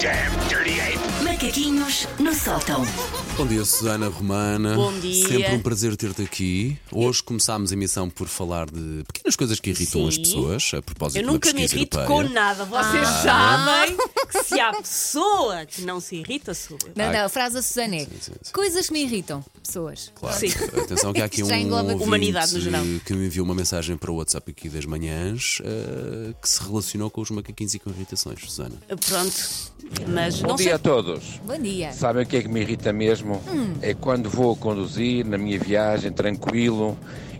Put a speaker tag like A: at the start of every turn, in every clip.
A: damn dirty ape!
B: Macaquinhos no sótão.
C: Bom dia, Susana Romana.
D: Bom dia.
C: Sempre um prazer ter-te aqui. Hoje começámos a emissão por falar de pequenas coisas que irritam
D: Sim.
C: as pessoas, a propósito
D: Eu
C: da
D: nunca me
C: pesquisa
D: irrito com
C: europeia.
D: nada. Vocês sabem que se há pessoa que não se irrita, sou eu.
E: Não,
C: Ai.
E: não, a frase da Susana é:
C: sim, sim.
E: coisas que me irritam, pessoas.
C: Claro.
D: Sim.
C: Atenção que há aqui um
E: Isto já engloba tudo.
C: ouvinte
D: Humanidade no geral.
C: que me enviou uma mensagem para o WhatsApp aqui das manhãs eh, que se relacionou com os macaquinhos e com irritações, Susana.
D: Pronto. Mas
F: Bom
D: não
F: dia
D: sei.
F: a todos.
E: Bom dia.
F: Sabem o que é que me irrita mesmo?
D: Hum.
F: É quando vou conduzir na minha viagem tranquilo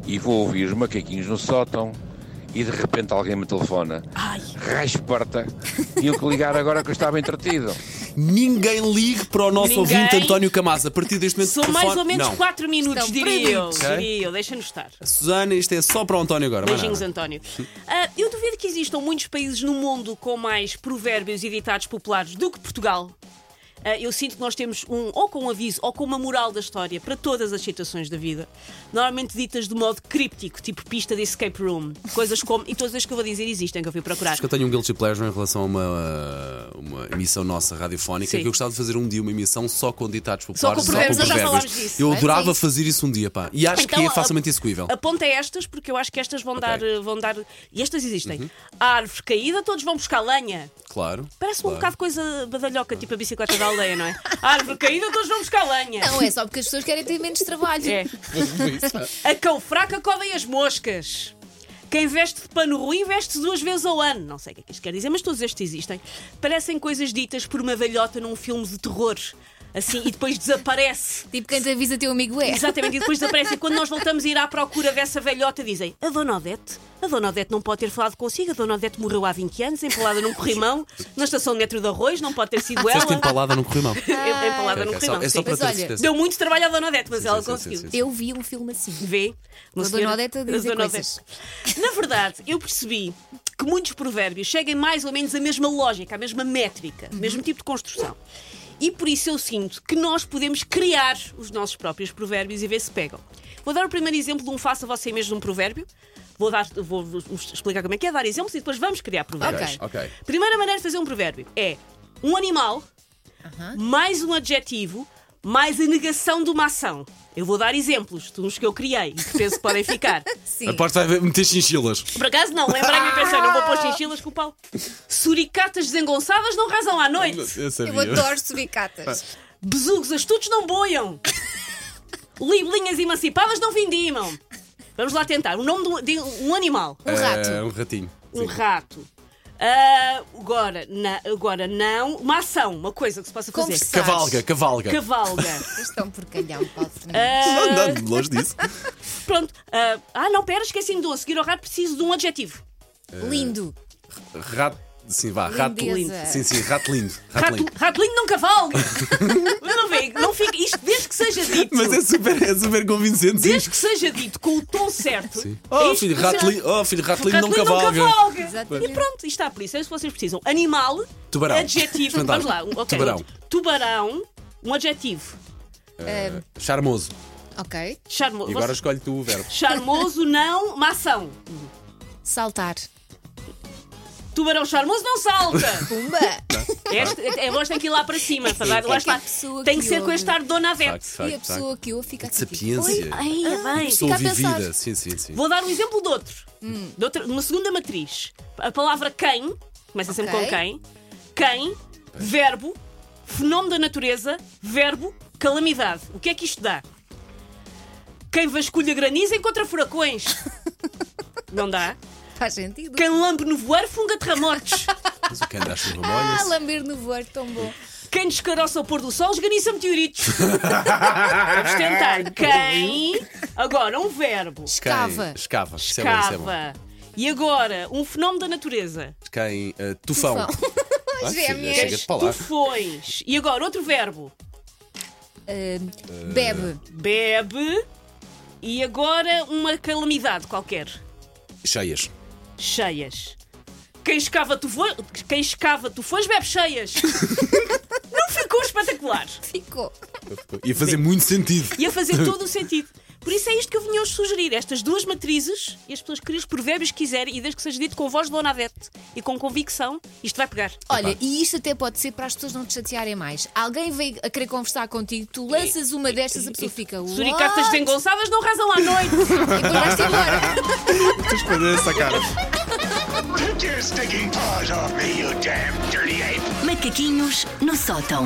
F: e vou ouvir os macaquinhos no sótão e de repente alguém me telefona.
D: Ai,
F: Rasparta! Tive que ligar agora que eu estava entretido.
C: Ninguém ligue para o nosso
D: Ninguém.
C: ouvinte António Camasa. A partir deste momento,
D: são
C: telefone-
D: mais ou menos
C: não.
D: 4 minutos,
E: Estão
D: diria eu.
E: proibidos.
C: Ok.
D: Diria eu, deixa-nos estar.
C: Susana, isto é só para o António agora. mais
D: Beijinhos,
C: nada.
D: António. Ah, eu duvido que existam muitos países no mundo com mais provérbios e ditados populares do que Portugal. Ah, eu sinto que nós temos um, ou com um aviso, ou com uma moral da história para todas as situações da vida. Normalmente ditas de modo críptico, tipo pista de escape room. Coisas como. E todas as que eu vou dizer existem, que eu fui procurar.
C: Acho que eu tenho um guilty pleasure em relação a uma, uma emissão nossa radiofónica
D: Sim.
C: que eu gostava de fazer um dia uma emissão só com ditados
D: Só com
C: populares.
D: provérbios,
E: nós já
D: falámos disso.
C: Eu
E: Vai,
C: adorava
E: vai.
C: fazer isso um dia, pá. E acho que é
D: Então, a-
C: facilmente execuível.
D: Aponta estas, porque eu acho que estas vão, dar, eh, vão dar. E estas existem.
C: Uhum.
D: A árvore caída, todos vão buscar lenha.
C: Claro.
D: Parece um
C: claro.
D: bocado coisa badalhoca, tipo a bicicleta da aldeia, não é? A árvore caída, todos vão buscar lenha.
E: Não, é só porque as pessoas querem ter menos trabalho.
D: É. a cão fraca codem as moscas. Quem veste de pano ruim veste duas vezes ao ano. Não sei o que é que isto quer dizer, mas todos estes existem. Parecem coisas ditas por uma velhota num filme de terror. Assim, e depois desaparece.
E: Tipo, quem te avisa teu amigo é.
D: Exatamente, e depois desaparece. E quando nós voltamos a ir à procura dessa velhota, dizem: A Dona Odete, a Dona Odete não pode ter falado consigo. A Dona Odete morreu há 20 anos, empalada num corrimão, na estação de metro de arroz, não pode ter sido ela.
C: Disseste empalada no corrimão.
D: Em- Empalada num
C: é só,
D: corrimão.
C: é só
D: sim.
C: para
E: Mas
C: ter
E: olha,
C: certeza.
D: Deu muito trabalho à Dona Odete, mas
C: Sim,
D: ela
C: sim, sim,
D: conseguiu
C: sim, sim.
E: Eu vi um filme assim.
D: vê. Uma
E: A
D: senhora-
E: Dona Odete a dizer
D: a Dona
E: coisas.
D: Odete. Na verdade, eu percebi que muitos provérbios seguem mais ou menos a mesma lógica, a mesma métrica,
C: Uhum.
D: o mesmo tipo de construção. E por isso eu sinto que nós podemos criar os nossos próprios provérbios e ver se pegam. Vou dar o primeiro exemplo de um faça você mesmo de um provérbio. Vou, dar, vou vou explicar como é que é dar exemplos e depois vamos criar provérbios.
C: Ok. Ok.
D: Primeira maneira de fazer um provérbio é um animal mais um adjetivo, mais a negação de uma ação. Eu vou dar exemplos de uns que eu criei e que penso que podem ficar.
E: Sim.
C: Aposto que vai meter chinchilas.
D: Por acaso não, lembrei-me e pensei, não vou pôr chinchilas com o pau. Suricatas desengonçadas não razão à noite.
C: Eu sabia.
E: Eu adoro subicatas.
D: Besugos astutos não boiam. Libelinhas emancipadas não vindimam. Vamos lá tentar. O nome de um- de um animal.
E: Um rato.
C: É, um ratinho.
D: Um rato. Ah, agora, na- agora não. Uma ação, uma coisa que se possa fazer.
E: Conversar.
C: Cavalga, cavalga.
D: Cavalga.
E: Vocês estão por um calhão, Paulo Fernandes.
C: Não, não, de longe disso.
D: Pronto. ah, ah, não, pera, esqueci-me de um. A seguir ao rato preciso de um adjetivo.
E: Lindo.
C: Rato. Sim, vá, rato lindo.
E: Lindeza.
C: Sim, sim, rato lindo. Rato
D: Rato,
C: lindo.
D: rato lindo não cavalga. Mas não vê, não fica. Isto desde que seja dito.
C: Mas é super, é super convincente. sim.
D: Desde que seja dito com o tom certo.
C: Oh,
D: isto
C: filho,
D: que
C: rato
D: será-
C: lindo. Oh, filho, rato lindo
D: Rato
C: não
D: lindo não
C: cavalga.
D: cavalga.
E: Exatamente.
D: E pronto, isto está por isso. É isso que vocês precisam. Animal,
C: Tubarão.
D: adjetivo. Vamos
C: Fantástico.
D: lá. um- ok,
C: Tubarão.
D: outro. Tubarão, um adjetivo.
C: Charmoso.
E: Ok.
D: Charmoso.
C: E agora escolhe tu o verbo.
D: Charmoso, não, uma ação.
E: Saltar.
D: Tubarão charmoso não salta.
E: Pumba.
C: Tá,
D: Este, é voz tem que ir lá para cima, para dar-
E: É
D: lá
E: que
D: está.
E: a pessoa
D: Tem
E: que
D: que ser com
E: ouve.
D: este ar de Dona Vete.
C: Facto,
E: E É a
C: facto, facto.
E: pessoa que eu fica
C: tá, É De
E: aqui. tipo,
C: sapiência.
D: Ai, é bem.
C: Pessoa
E: Fica a pensar.
C: vivida. Sim, sim, sim.
D: Vou dar um exemplo de outro.
C: Hum.
D: De outra, de uma segunda matriz. A palavra quem, começa sempre
E: Ok.
D: com quem. Quem, verbo, fenómeno da natureza, verbo, calamidade. O que é que isto dá? Quem vasculha granizo encontra furacões. Não dá.
E: Faz sentido.
D: Quem lambe no voar funga terremotos.
C: Mas o que anda a chuva
E: Ah,
C: molha
E: lamber no voar, tão bom.
D: Quem descaroça ao pôr do sol esganiça meteoritos. Vamos tentar. Quem. Agora, um verbo.
E: Escava.
C: Escava. Isso é bom, isso é bom.
D: Escava. E agora, um fenómeno da natureza.
C: Quem. eh, tufão.
E: Tufão.
C: Ah, filha,
E: Gêmeas.
C: Chega de falar.
D: Tufões. E agora, outro verbo.
E: Ah, bebe.
D: Bebe. E agora, uma calamidade qualquer.
C: Cheias.
D: Cheias. Quem escava tufões, quem escava tufões bebe cheias. Não ficou espetacular.
E: Ficou.
C: Ia fazer muito sentido.
D: Ia fazer todo o sentido. Por isso é isto que eu vinha hoje sugerir, estas duas matrizes, e as pessoas criam os provérbios que quiserem, e desde que seja dito com voz de Dona Adete e com convicção, isto vai pegar.
E: Olha, e isto até pode ser para as pessoas não te chatearem mais. Alguém veio a querer conversar contigo, tu lanças uma destas, a pessoa fica.
D: Suricatas
E: "What?"
D: desengonçadas não razão à noite.
E: E depois vais-te embora.
C: Tens que fazer essa cara.
A: Take your stinking paws off me, you damn dirty ape!
B: Macaquinhos no sótão.